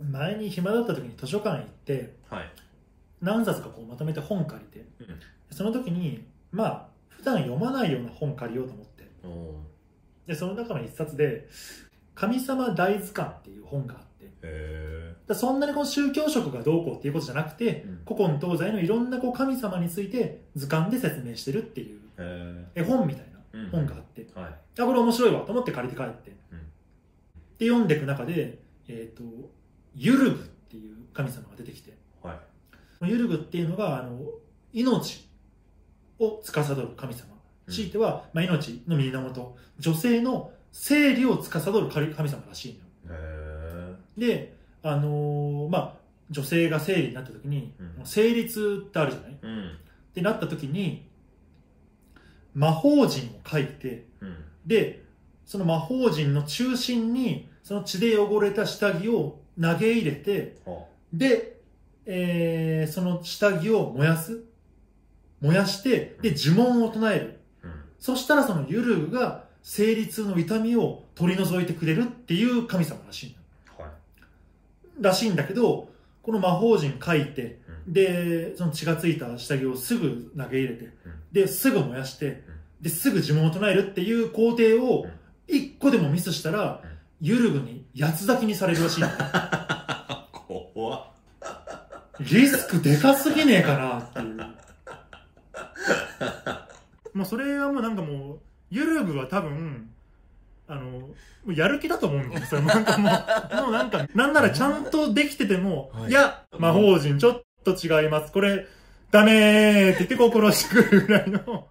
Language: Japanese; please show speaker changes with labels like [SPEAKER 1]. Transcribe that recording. [SPEAKER 1] 前に暇だった時に図書館行って
[SPEAKER 2] はい。
[SPEAKER 1] 何冊かこうまとめて本借りてその時にまあ普段読まないような本借りようと思って
[SPEAKER 2] うん。おー
[SPEAKER 1] でその中の一冊で「神様大図鑑」っていう本があってだか
[SPEAKER 2] へ
[SPEAKER 1] らそんなにこの宗教色がどうこうっていうことじゃなくて
[SPEAKER 2] え。うん。
[SPEAKER 1] 古今東西のいろんなこう神様について図鑑で説明してるっていう
[SPEAKER 2] へ
[SPEAKER 1] 絵本みたい
[SPEAKER 2] え。うん
[SPEAKER 1] な本があって、
[SPEAKER 2] はい。
[SPEAKER 1] あこれ面白いわと思って借りて帰って、
[SPEAKER 2] うん
[SPEAKER 1] で読んでいく中で、えー、とユルグっていう神様が出てきて
[SPEAKER 2] はい。
[SPEAKER 1] ユルグっていうのがあの命を司る神様
[SPEAKER 2] うん
[SPEAKER 1] ひいては、まあ、命の源女性の生理を司る神神様らしいのよ
[SPEAKER 2] へえ。
[SPEAKER 1] であのーまあ女性が生理になった時に、
[SPEAKER 2] うん
[SPEAKER 1] 生理痛ってあるじゃないっ
[SPEAKER 2] うん。
[SPEAKER 1] てなった時に魔法陣を書いて
[SPEAKER 2] うん。
[SPEAKER 1] でその魔法陣の中心にその血で汚れた下着を投げ入れて
[SPEAKER 2] は
[SPEAKER 1] で、えーその下着を燃やす燃やしてで呪文を唱える
[SPEAKER 2] うん。
[SPEAKER 1] そしたらそのユルグが生理痛の痛みを取り除いてくれるっていう神様らしいんだ
[SPEAKER 2] はい。
[SPEAKER 1] らしいんだけどこの魔法陣書いて
[SPEAKER 2] うん
[SPEAKER 1] でその血がついた下着をすぐ投げ入れてですぐ燃やしてですぐ呪文を唱えるっていう工程を
[SPEAKER 2] うん
[SPEAKER 1] 一個でもミスしたら
[SPEAKER 2] うん
[SPEAKER 1] ユルグに八つ咲きにされるらしいんだ
[SPEAKER 2] 怖っ。
[SPEAKER 1] リスクでかすぎねえかなって いうもうそれはもうなんかもうユルグは多分あのもうやる気だと思うんだよそれもなんかも うもうなんかなんならちゃんとできてても、
[SPEAKER 2] はい
[SPEAKER 1] い、や魔法陣ちょっと違いますこれダメーって言ってこう殺してくるぐらいの